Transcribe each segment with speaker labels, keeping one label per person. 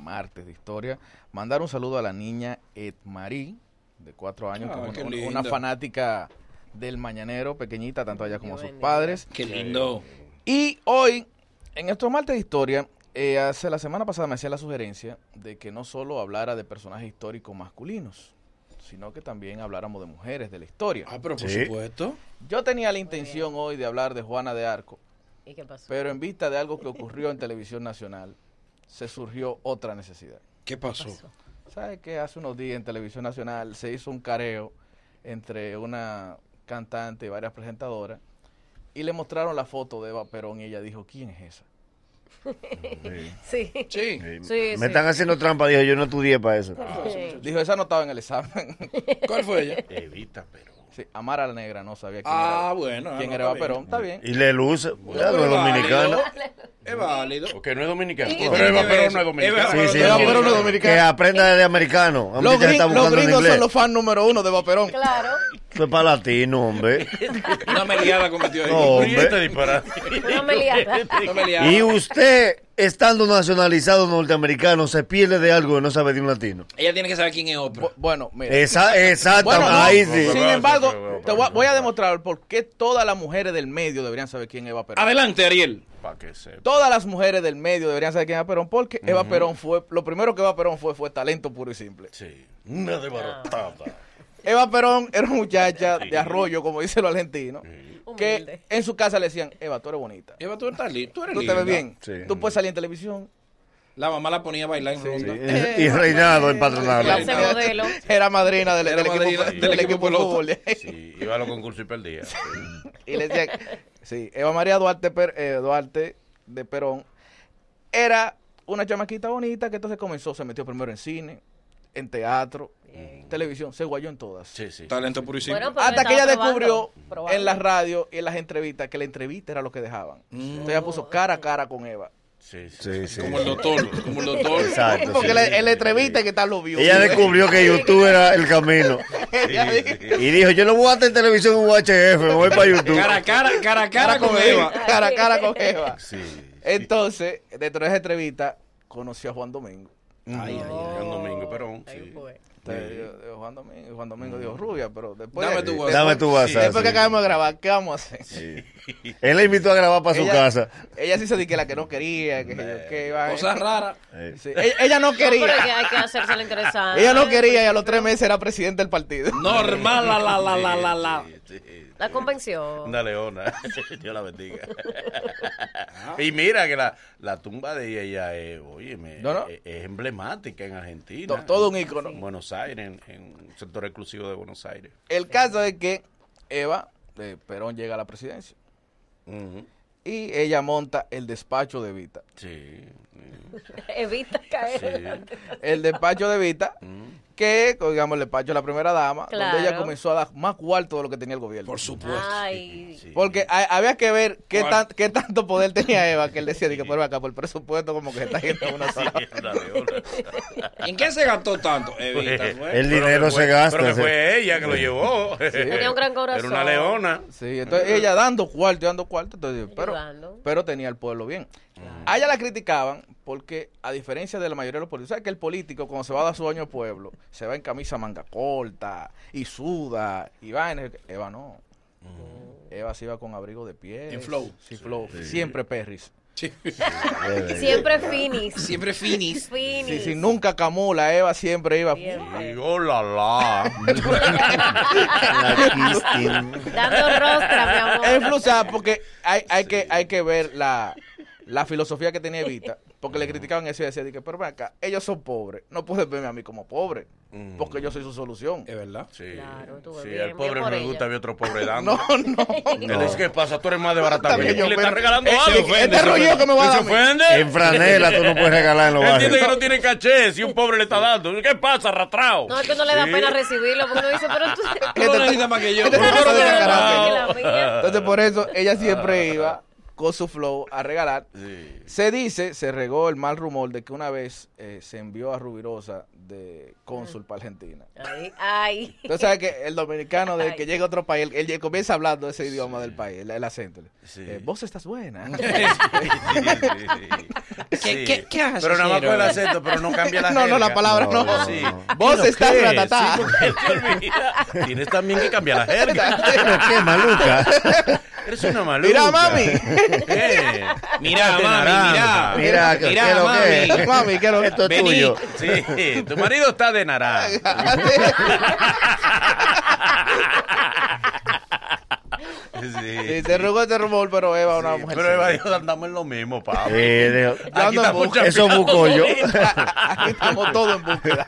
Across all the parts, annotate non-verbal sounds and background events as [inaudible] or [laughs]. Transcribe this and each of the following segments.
Speaker 1: martes de historia. Mandar un saludo a la niña Edmarie, de cuatro años,
Speaker 2: Ah,
Speaker 1: que
Speaker 2: qué
Speaker 1: es una-
Speaker 2: lindo.
Speaker 1: una, fanática del mañanero, pequeñita, tanto ella como
Speaker 3: Dios
Speaker 1: sus
Speaker 3: bendiga.
Speaker 1: padres.
Speaker 2: Qué lindo.
Speaker 1: Y hoy, en estos martes de historia, eh, hace la semana pasada me hacía la sugerencia de que no solo hablara de personajes históricos masculinos, sino que también habláramos de mujeres de la historia.
Speaker 2: Ah, pero por
Speaker 4: Sí.
Speaker 2: supuesto.
Speaker 1: Yo tenía la intención hoy de hablar de Juana de Arco,
Speaker 3: ¿Y qué pasó?
Speaker 1: pero en vista de algo que ocurrió en Televisión Nacional, se surgió otra necesidad.
Speaker 2: ¿Qué
Speaker 3: ¿Qué
Speaker 2: pasó?
Speaker 3: pasó?
Speaker 1: ¿Sabes que Hace unos días en Televisión Nacional se hizo un careo entre una cantante y varias presentadoras y le mostraron la foto de Eva Perón y ella dijo, ¿quién es esa?
Speaker 4: Sí,
Speaker 3: [laughs] Sí.
Speaker 2: Sí.
Speaker 4: sí.
Speaker 3: Sí,
Speaker 4: Me
Speaker 3: sí.
Speaker 4: están haciendo trampa, dijo, yo no estudié para eso.
Speaker 3: Eh,
Speaker 1: Dijo, esa no estaba en el examen. [laughs]
Speaker 2: ¿Cuál fue
Speaker 4: [laughs]
Speaker 2: ella?
Speaker 5: Evita, pero.
Speaker 1: sí, Amara la Negra no sabía quién
Speaker 2: Ah,
Speaker 1: era,
Speaker 2: bueno. ah,
Speaker 1: quién
Speaker 2: no,
Speaker 1: era
Speaker 2: está
Speaker 1: Eva
Speaker 2: bien.
Speaker 1: Perón. Está bien.
Speaker 4: Y le luce, ya, no es dominicana.
Speaker 2: Es válido.
Speaker 5: Porque no es dominicano.
Speaker 2: ¿Qué
Speaker 5: Pero Eva
Speaker 2: tiene
Speaker 5: Perón
Speaker 2: eso?
Speaker 5: no es dominicana.
Speaker 2: Eva-
Speaker 4: Sí, sí,
Speaker 1: Eva
Speaker 4: que-
Speaker 1: Perón es dominicana.
Speaker 4: Que aprenda de americano. A mí
Speaker 1: Los,
Speaker 4: ya
Speaker 1: gring- los
Speaker 4: está buscando en
Speaker 1: gringos
Speaker 4: inglés.
Speaker 1: son los fans número uno de Eva Perón.
Speaker 3: Claro.
Speaker 4: Esto es para latino, hombre.
Speaker 2: Una meliada cometió ahí.
Speaker 4: No,
Speaker 5: Oye,
Speaker 4: hombre.
Speaker 5: este disparate.
Speaker 3: Una meliada.
Speaker 5: [laughs]
Speaker 2: Una meliada.
Speaker 4: Y usted, estando nacionalizado norteamericano, se pierde de algo que no sabe de un latino.
Speaker 2: Ella tiene que saber quién es
Speaker 1: Bu-
Speaker 2: Oprah.
Speaker 1: Bueno, mira.
Speaker 4: Esa, exacto,
Speaker 1: Bueno, no,
Speaker 4: ahí sí.
Speaker 1: sin
Speaker 5: Pero-
Speaker 1: embargo,
Speaker 5: pero-
Speaker 1: te voy a, voy a demostrar por qué todas las mujeres del medio deberían saber quién es Eva Perón.
Speaker 2: Adelante, Ariel.
Speaker 5: Para que sepa.
Speaker 1: Todas las mujeres del medio deberían saber quién es Eva Perón porque Eva Perón fue, lo primero que Eva Perón fue fue talento puro y simple.
Speaker 5: Sí. Una desbaratada.
Speaker 1: Eva Perón era una muchacha de arroyo, como dicen los argentinos, que
Speaker 3: Humilde.
Speaker 1: en su casa le decían, Eva, tú eres bonita.
Speaker 2: Eva, tú estás li- Tú eres
Speaker 1: Tú te ves
Speaker 2: linda.
Speaker 1: bien.
Speaker 4: Sí.
Speaker 1: Tú puedes salir en televisión.
Speaker 2: La mamá la ponía a bailar en ronda.
Speaker 4: Y, y reinado en patronal.
Speaker 3: Clase modelo.
Speaker 1: Era madrina del,
Speaker 2: Era
Speaker 1: del equipo,
Speaker 2: madrina
Speaker 1: del
Speaker 2: del
Speaker 1: equipo
Speaker 2: equipo
Speaker 1: de fútbol. [laughs]
Speaker 5: Sí, iba a los concursos y perdía. Sí.
Speaker 1: Y le decían, sí, Eva María Duarte, Per- eh, Duarte de Perón era una chamaquita bonita que entonces comenzó, se metió primero en cine, en teatro, televisión, se guayó en todas.
Speaker 5: Sí, sí.
Speaker 2: Talento puro y simple.
Speaker 3: Bueno, pero
Speaker 1: Hasta
Speaker 3: estaba
Speaker 1: que ella
Speaker 3: probando,
Speaker 1: descubrió
Speaker 3: probando.
Speaker 1: en la radio y en las entrevistas que la entrevista era lo que dejaban. Entonces ella puso cara a cara con Eva.
Speaker 5: Sí, sí.
Speaker 4: Sí, sí.
Speaker 2: Mm. Como el
Speaker 5: [laughs]
Speaker 2: doctor. Como el doctor.
Speaker 4: Exacto,
Speaker 1: Porque
Speaker 4: sí.
Speaker 1: la- en la entrevista es que están los views.
Speaker 4: Ella descubrió que YouTube era el camino.
Speaker 1: [laughs] Ella dijo,
Speaker 4: Y dijo, yo no voy a hacer televisión en UHF, me voy para YouTube.
Speaker 2: Cara a cara, cara a cara con
Speaker 1: con
Speaker 2: Eva.
Speaker 1: Eva, Cara a cara con Eva.
Speaker 5: Sí.
Speaker 1: [laughs] Entonces, dentro de esa entrevista, conoció a Juan Domingo.
Speaker 5: Ay, ay, ay. Juan Mm, Domingo Perón.
Speaker 3: Ahí
Speaker 5: Sí.
Speaker 3: fue.
Speaker 1: Entonces, yo- yo, Juan Domingo, Juan Domingo dijo rubia, pero después.
Speaker 2: Dame tu
Speaker 1: después-
Speaker 2: WhatsApp.
Speaker 4: Mm. Dame tu WhatsApp.
Speaker 1: Después que
Speaker 4: sí.
Speaker 1: acabemos de grabar, ¿qué vamos a hacer?
Speaker 4: Él la invitó a grabar para su
Speaker 1: Ella-
Speaker 4: casa.
Speaker 1: Ella sí se dice que la que no quería, que, que iba a-
Speaker 2: Cosas raras.
Speaker 4: Eh,
Speaker 1: Sí, Ella, ella no
Speaker 3: Pero
Speaker 1: quería.
Speaker 3: hay que- hay que hacerse lo interesante.
Speaker 1: Ella no quería y a los tres meses era presidente del [laughs] partido.
Speaker 2: Normal, la, la, la, la, la, la.
Speaker 5: Sí, sí.
Speaker 3: La convención.
Speaker 5: Una leona. [laughs] Dios la bendiga.
Speaker 1: Ah.
Speaker 5: y mira que la, la tumba de ella es, óyeme,
Speaker 1: No, no.
Speaker 5: Es, es emblemática en Argentina.
Speaker 1: To- todo un ícono.
Speaker 5: En Buenos Aires, en, en un sector exclusivo de Buenos Aires.
Speaker 1: El caso es que Eva de Perón llega a la presidencia
Speaker 5: Ujú.
Speaker 1: y ella monta el despacho de Vita.
Speaker 5: Sí. sí,
Speaker 3: Evita caer.
Speaker 5: sí.
Speaker 1: El despacho de
Speaker 2: [laughs]
Speaker 1: Vita,
Speaker 2: Mm.
Speaker 1: que digamos el despacho de la primera dama,
Speaker 3: Claro.
Speaker 1: donde ella comenzó a dar más cuarto de lo que tenía el gobierno.
Speaker 2: Por supuesto.
Speaker 3: [laughs] Ay.
Speaker 5: Sí.
Speaker 1: Porque ha- había que ver qué,
Speaker 2: Cuarto.
Speaker 1: tan- qué tanto poder tenía Eva, que él
Speaker 2: [laughs]
Speaker 1: decía, dije, pero acá por el presupuesto como que se está yendo a una
Speaker 5: Sí,
Speaker 1: sola. [laughs]
Speaker 5: una leona.
Speaker 2: ¿En qué se gastó tanto?
Speaker 5: Pues,
Speaker 2: Evita, pues. fue.
Speaker 4: El
Speaker 5: Pero
Speaker 4: dinero
Speaker 5: que fue-
Speaker 4: se gasta,
Speaker 5: Pero que
Speaker 4: sí.
Speaker 5: fue ella que lo llevó. [laughs]
Speaker 3: Tenía un gran corazón.
Speaker 5: Era una leona.
Speaker 1: Sí, entonces ella dando cuarto y dando cuarto, entonces, pero,
Speaker 3: Ayudando.
Speaker 1: pero tenía el pueblo bien. A ella la criticaban porque, a diferencia de la mayoría de los políticos, ¿sabes que el político cuando se va a dar su baño al pueblo, se va en camisa manga corta y suda y vaina? Eva no. Eva se iba con abrigo de piel.
Speaker 2: En flow.
Speaker 1: Sí, flow. Siempre perris.
Speaker 2: Sí.
Speaker 3: Y siempre finis.
Speaker 2: Siempre finis.
Speaker 1: Sí,
Speaker 3: Finis.
Speaker 1: sí, nunca camula. Eva siempre iba.
Speaker 3: Siempre.
Speaker 5: Y oh, la, la.
Speaker 4: la Kistin.
Speaker 3: Dando rostra, mi amor.
Speaker 1: Es
Speaker 5: [laughs]
Speaker 1: flusada porque hay, hay, que, hay que ver la, la filosofía que tenía Evita. Porque le criticaban eso y decía, dije, pero ven acá, ellos son pobres. No puedes verme a mí como pobre. Porque
Speaker 5: Mm.
Speaker 1: yo soy su solución.
Speaker 2: Es verdad.
Speaker 5: Sí,
Speaker 3: Claro, tú ves
Speaker 5: sí
Speaker 3: bien,
Speaker 5: al pobre
Speaker 3: bien por
Speaker 5: me
Speaker 3: ella.
Speaker 5: gusta ver otro pobre dando.
Speaker 1: [laughs] No, no.
Speaker 5: Él dice, ¿qué pasa? Tú eres más de barata.
Speaker 1: También
Speaker 5: que yo.
Speaker 1: yo,
Speaker 5: Y le
Speaker 1: pero-
Speaker 5: están regalando
Speaker 1: eh,
Speaker 5: algo.
Speaker 1: eh, este
Speaker 5: Se
Speaker 1: rollo que me va a
Speaker 5: ¿Se
Speaker 1: dar a mí.
Speaker 5: ofende?
Speaker 4: En franela tú no puedes regalar en los
Speaker 5: Él entiende que
Speaker 4: barrios.
Speaker 5: no tiene caché si un pobre le está dando. ¿Qué pasa, arrastrado?
Speaker 3: No, es que no le da pena recibirlo porque uno dice, pero
Speaker 1: [laughs]
Speaker 3: tú.
Speaker 2: Tú no necesitas más que yo.
Speaker 1: Este
Speaker 2: Tú no
Speaker 1: tipo de
Speaker 2: necesitas más.
Speaker 1: descarado.
Speaker 3: Que la mía.
Speaker 1: Entonces por eso ella siempre iba con su flow a regalar.
Speaker 5: Ah. Sí.
Speaker 1: Se dice, se regó el mal rumor de que una vez eh, se envió a Rubirosa de cónsul para Argentina.
Speaker 3: Ay, ay.
Speaker 1: Entonces sabes que el dominicano de que
Speaker 3: Ay.
Speaker 1: llega a otro país, él, él comienza hablando ese idioma del país, el, el acento.
Speaker 5: Sí.
Speaker 1: Eh, vos estás
Speaker 5: [laughs]
Speaker 1: buena. [laughs]
Speaker 3: [laughs]
Speaker 5: Sí, sí,
Speaker 2: ¿Qué-
Speaker 5: sí.
Speaker 2: qué- qué haces,
Speaker 5: Pero nada más
Speaker 2: Ciro?
Speaker 5: con el acento, pero no cambia
Speaker 1: [laughs]
Speaker 5: la
Speaker 1: No, no, la
Speaker 5: jerga.
Speaker 1: palabra
Speaker 4: No,
Speaker 1: no.
Speaker 4: no,
Speaker 5: Sí.
Speaker 4: no.
Speaker 1: Vos
Speaker 5: ¿Y lo
Speaker 1: estás
Speaker 5: qué?
Speaker 1: ratatá.
Speaker 5: Sí, porque él te olvida. Tienes también que cambiar la jerga.
Speaker 4: Pero qué maluca.
Speaker 5: Eres una maluca.
Speaker 1: Mira, mami.
Speaker 5: Eh,
Speaker 2: Mira,
Speaker 5: de
Speaker 2: mami,
Speaker 5: naranja.
Speaker 2: mira.
Speaker 4: Mira, que-
Speaker 2: Mira,
Speaker 4: que lo que
Speaker 2: mami.
Speaker 4: es.
Speaker 1: Mami, que lo-
Speaker 4: Esto es
Speaker 2: Vení.
Speaker 4: [laughs] tuyo.
Speaker 5: Sí, tu marido está de naranja.
Speaker 1: Sí,
Speaker 5: Sí.
Speaker 1: se rugó este rumor, pero Eva es una
Speaker 5: Sí,
Speaker 1: mujer.
Speaker 5: Pero Eva
Speaker 1: seria.
Speaker 5: dijo, andamos en lo mismo, Pablo.
Speaker 4: Eh, de-
Speaker 5: Aquí
Speaker 1: Dando
Speaker 5: estamos
Speaker 1: buche.
Speaker 4: Eso
Speaker 5: chapeando
Speaker 4: busco yo.
Speaker 1: Aquí [laughs] estamos todos en búsqueda.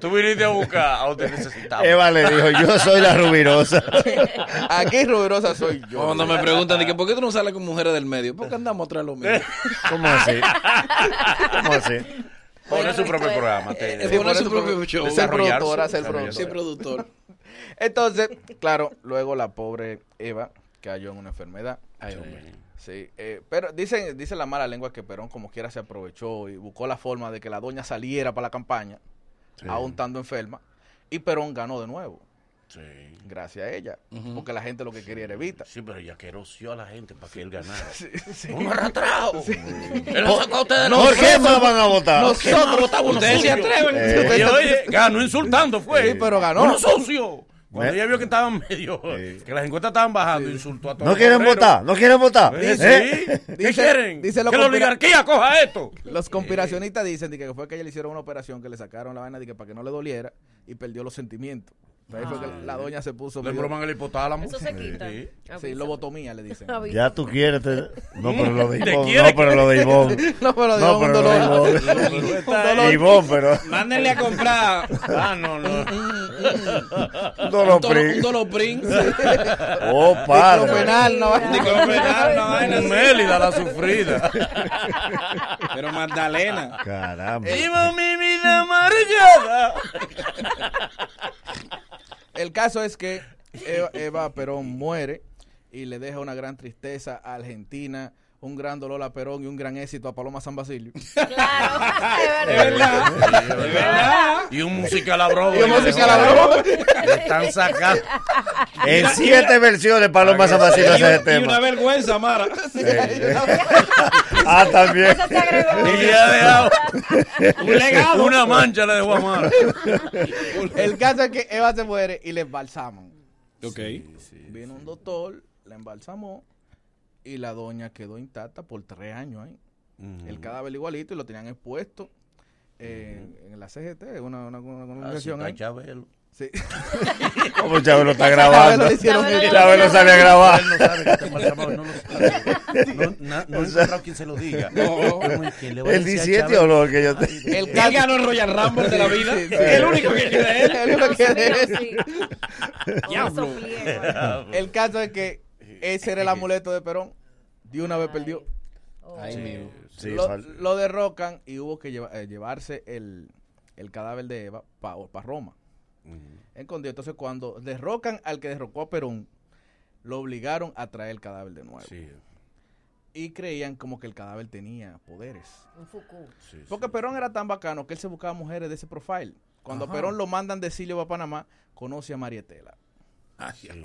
Speaker 5: Tú viniste a buscar a donde necesitamos.
Speaker 4: Eva le dijo, yo soy la rubirosa.
Speaker 1: Aquí rubirosa soy yo.
Speaker 2: Cuando me preguntan de que por qué tú no sales con mujeres del medio, ¿por qué andamos atrás de lo mismo?
Speaker 4: ¿Cómo así? ¿Cómo así?
Speaker 5: Pone su propio programa. te-
Speaker 2: Sí, poner
Speaker 1: por
Speaker 2: su
Speaker 1: eso
Speaker 2: propio
Speaker 1: porque-
Speaker 2: show.
Speaker 1: Ser
Speaker 5: Desarrollarse,
Speaker 1: productora, ser
Speaker 5: desarrollarse.
Speaker 2: Sí,
Speaker 1: productora.
Speaker 2: productor.
Speaker 1: Entonces, claro, luego la pobre Eva cayó en una enfermedad.
Speaker 2: Ay, hombre.
Speaker 1: Sí, eh, pero dicen, dice la mala lengua que Perón como quiera se aprovechó y buscó la forma de que la doña saliera para la campaña, aún estando enferma, y Perón ganó de nuevo,
Speaker 5: Sí.
Speaker 1: gracias a ella, porque la gente lo que quería era Evita.
Speaker 5: Sí, pero ella querosió a la gente para que él ganara.
Speaker 1: Sí. Ah,
Speaker 5: Un arrastrado. Él lo sacó a ustedes de los
Speaker 4: ¿Por qué más van a votar?
Speaker 1: Nosotros,
Speaker 2: Ustedes se atreven.
Speaker 1: Eh.
Speaker 5: Y oye, ganó insultando, fue.
Speaker 1: Sí, pero ganó.
Speaker 5: ¡No, socio! Cuando
Speaker 4: Me-
Speaker 5: ella vio que estaban medio, que las encuestas estaban bajando, insultó a todos.
Speaker 4: ¿No
Speaker 5: los
Speaker 4: quieren
Speaker 5: obreros.
Speaker 4: votar? ¿No quieren votar?
Speaker 5: Sí,
Speaker 4: ¿Eh?
Speaker 5: sí. ¿Qué
Speaker 1: Dice-
Speaker 5: quieren?
Speaker 1: dice lo
Speaker 5: que la
Speaker 1: compira-
Speaker 5: oligarquía coja esto.
Speaker 1: Los conspiracionistas dicen de que fue que ella le hicieron una operación que le sacaron la vaina de que para que no le doliera y perdió los sentimientos. Entonces ahí fue que la doña se puso.
Speaker 5: Le
Speaker 1: medio-
Speaker 5: broman el hipotálamo.
Speaker 3: Eso se quita.
Speaker 5: Sí.
Speaker 3: pues,
Speaker 1: Sí, lobotomía le dicen.
Speaker 3: Avisa.
Speaker 4: Ya tú quieres. te- No, pero lo de
Speaker 5: ¿Te
Speaker 4: Ivón.
Speaker 5: quieres?
Speaker 4: No, pero lo de Ivón.
Speaker 1: No, pero dio
Speaker 4: No,
Speaker 1: un
Speaker 4: pero lo de
Speaker 1: dolor.
Speaker 4: Ivón.
Speaker 1: Un dolor.
Speaker 4: Ivón, pero.
Speaker 2: Mándenle a comprar
Speaker 5: Ah, no, no.
Speaker 4: Un
Speaker 2: un
Speaker 4: dolor
Speaker 2: dolo- un
Speaker 4: prin.
Speaker 2: doloprin.
Speaker 4: Oh, padre.
Speaker 1: Diclofenac, no
Speaker 3: Mentira.
Speaker 1: vaina.
Speaker 2: Diclofenac, no vaina.
Speaker 5: Mélida, la sufrida.
Speaker 2: Pero Magdalena.
Speaker 4: Caramba.
Speaker 5: Llevo mi vida amargada.
Speaker 1: El caso es que Eva, Eva Perón muere y le deja una gran tristeza a Argentina, un gran dolor a Perón y un gran éxito a Paloma San Basilio.
Speaker 3: Claro, [laughs] de
Speaker 2: De
Speaker 3: verdad.
Speaker 2: verdad. De verdad.
Speaker 5: Y un musical a brobo.
Speaker 1: Y un musical a brobo.
Speaker 5: Le están sacando.
Speaker 4: En siete versiones, Paloma San
Speaker 2: Y,
Speaker 4: Basilio hace ese
Speaker 2: un- y una
Speaker 4: este tema.
Speaker 2: vergüenza, Mara.
Speaker 1: Eh,
Speaker 4: Ah,
Speaker 3: [laughs]
Speaker 4: también. [laughs]
Speaker 3: Eso se agregó.
Speaker 5: Y le ha dejado
Speaker 2: Un legado.
Speaker 5: una mancha, le dejó a Mara.
Speaker 1: [laughs] El caso es que Eva se muere y le embalsaman.
Speaker 2: Ok.
Speaker 1: Vino un doctor, la embalsamó y la doña quedó intacta por tres años ahí.
Speaker 5: Mm.
Speaker 1: El cadáver igualito y lo tenían expuesto eh, en la CGT, una, una, una
Speaker 2: Ah,
Speaker 1: organización ahí.
Speaker 5: Ah, Chabelo.
Speaker 1: Sí.
Speaker 4: Como Chávez lo está
Speaker 1: Chávez
Speaker 4: grabando.
Speaker 1: lo hicieron
Speaker 3: Chávez lo
Speaker 4: Chávez lo sabía grabar.
Speaker 5: Él no sabe que está mal llamado, no lo sabe. No, na- no he encontrado quien se lo diga. ¿Cómo es que le va a
Speaker 4: El
Speaker 5: decir a
Speaker 4: 17
Speaker 5: Chabelo?
Speaker 4: olor que yo te.
Speaker 1: [laughs] [laughs] El
Speaker 2: Él ganó el Royal Rumble de la vida.
Speaker 1: Sí, sí.
Speaker 2: El único que queda
Speaker 1: [laughs]
Speaker 2: es él.
Speaker 1: Él lo que es.
Speaker 3: Diablo.
Speaker 1: El caso es que ese era el amuleto de Perón. De una vez perdió.
Speaker 2: Ay, mío.
Speaker 4: Sí,
Speaker 1: lo,
Speaker 4: fal-
Speaker 1: lo derrocan y hubo que lleva- eh, llevarse el, el cadáver de Eva para Roma. Escondido. Entonces, cuando derrocan al que derrocó a Perón, lo obligaron a traer el cadáver de nuevo.
Speaker 5: Sí,
Speaker 1: Y creían como que el cadáver tenía poderes.
Speaker 3: Un Foucault.
Speaker 5: sí, sí.
Speaker 1: Porque Perón era tan bacano que él se buscaba mujeres de ese profile. Cuando Perón lo mandan de Silio a Panamá, conoce a Marietela.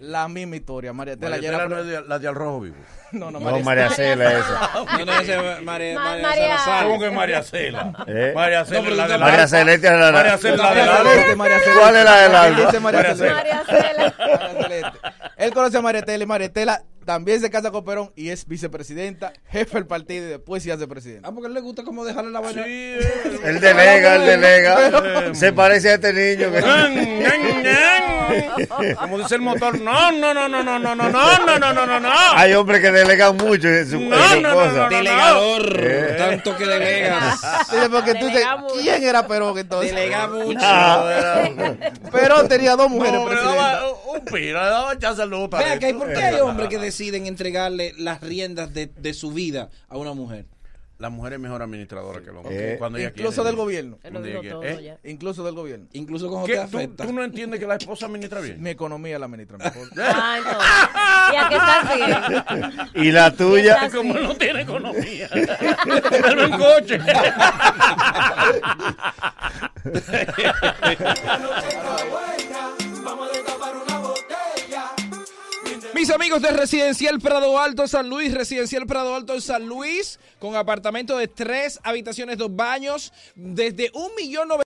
Speaker 1: La misma historia. Marietela
Speaker 5: María
Speaker 1: ya era.
Speaker 5: Ah, Estela no es de- la de Al Rojo Vivo.
Speaker 1: [laughs] No, no,
Speaker 4: No,
Speaker 1: Marietela.
Speaker 4: María Cela esa.
Speaker 2: No, no, ese es María,
Speaker 3: Ma-
Speaker 2: María
Speaker 3: María.
Speaker 2: Salazar.
Speaker 5: ¿Cómo que María Cela?
Speaker 4: ¿Eh?
Speaker 5: María
Speaker 2: Ah, No,
Speaker 5: Cela
Speaker 2: pero
Speaker 5: es la
Speaker 2: tú
Speaker 5: de la
Speaker 4: María Celeste es la-
Speaker 5: María Cela es la de
Speaker 1: María
Speaker 5: la
Speaker 1: Celeste, María Celeste.
Speaker 4: ¿Cuál es la del
Speaker 1: Él
Speaker 4: alma?
Speaker 1: dice María
Speaker 5: María
Speaker 1: Celeste.
Speaker 3: María Cela.
Speaker 1: María Celeste. Él conoce a Marietela y Marietela también se casa con Perón y es vicepresidenta, jefe del partido y después se hace presidenta.
Speaker 2: Ah, porque a él le gusta como dejarle la vaina. [laughs]
Speaker 5: Sí, eh.
Speaker 4: El delega, el delega. Se parece a este niño. que-
Speaker 5: Ñan, ñan, ñan. Como dice el motor, no, no, no, no, no, no, no, no, no, no, no, no, no.
Speaker 4: Hay hombres que delegan mucho en su, en
Speaker 5: No,
Speaker 4: sus
Speaker 5: no, no,
Speaker 4: cosas.
Speaker 5: no, no.
Speaker 2: Delegador. Tanto que delegas.
Speaker 5: Ah.
Speaker 1: Dice, porque tú dices,
Speaker 3: Delega mucho.
Speaker 1: ¿quién era Perón entonces?
Speaker 2: [laughs] Delega mucho.
Speaker 1: Perón tenía dos mujeres
Speaker 5: No, pero le
Speaker 1: presidentas.
Speaker 5: daba un piro, le daba chance al luego para
Speaker 2: Vea que hay-
Speaker 5: esto.
Speaker 2: ¿por qué hay hombres que deciden entregarle las riendas de, de su vida a una mujer?
Speaker 5: La mujer es mejor administradora que el
Speaker 4: Eh.
Speaker 5: hombre. Cuando ella
Speaker 1: Incluso
Speaker 5: quiere.
Speaker 1: del gobierno.
Speaker 3: Él lo
Speaker 5: ¿Dónde
Speaker 3: dijo
Speaker 5: llegué?
Speaker 3: todo
Speaker 5: ¿Eh?
Speaker 3: ya.
Speaker 1: Incluso del gobierno.
Speaker 2: Incluso cuando
Speaker 5: ¿Qué?
Speaker 2: te
Speaker 5: ¿Tú,
Speaker 1: [laughs]
Speaker 2: afecta.
Speaker 5: tú no entiendes que la esposa administra bien?
Speaker 1: Mi economía la administra mejor.
Speaker 3: Ah, entonces. Ya que estás bien.
Speaker 1: [laughs]
Speaker 4: Y la tuya.
Speaker 3: Estás
Speaker 5: Como
Speaker 3: bien.
Speaker 5: no tiene economía. [laughs] Dale un coche.
Speaker 2: Mis amigos de Residencial Prado Alto San Luis, Residencial Prado Alto en San Luis, con apartamento de tres habitaciones, dos baños, desde un millón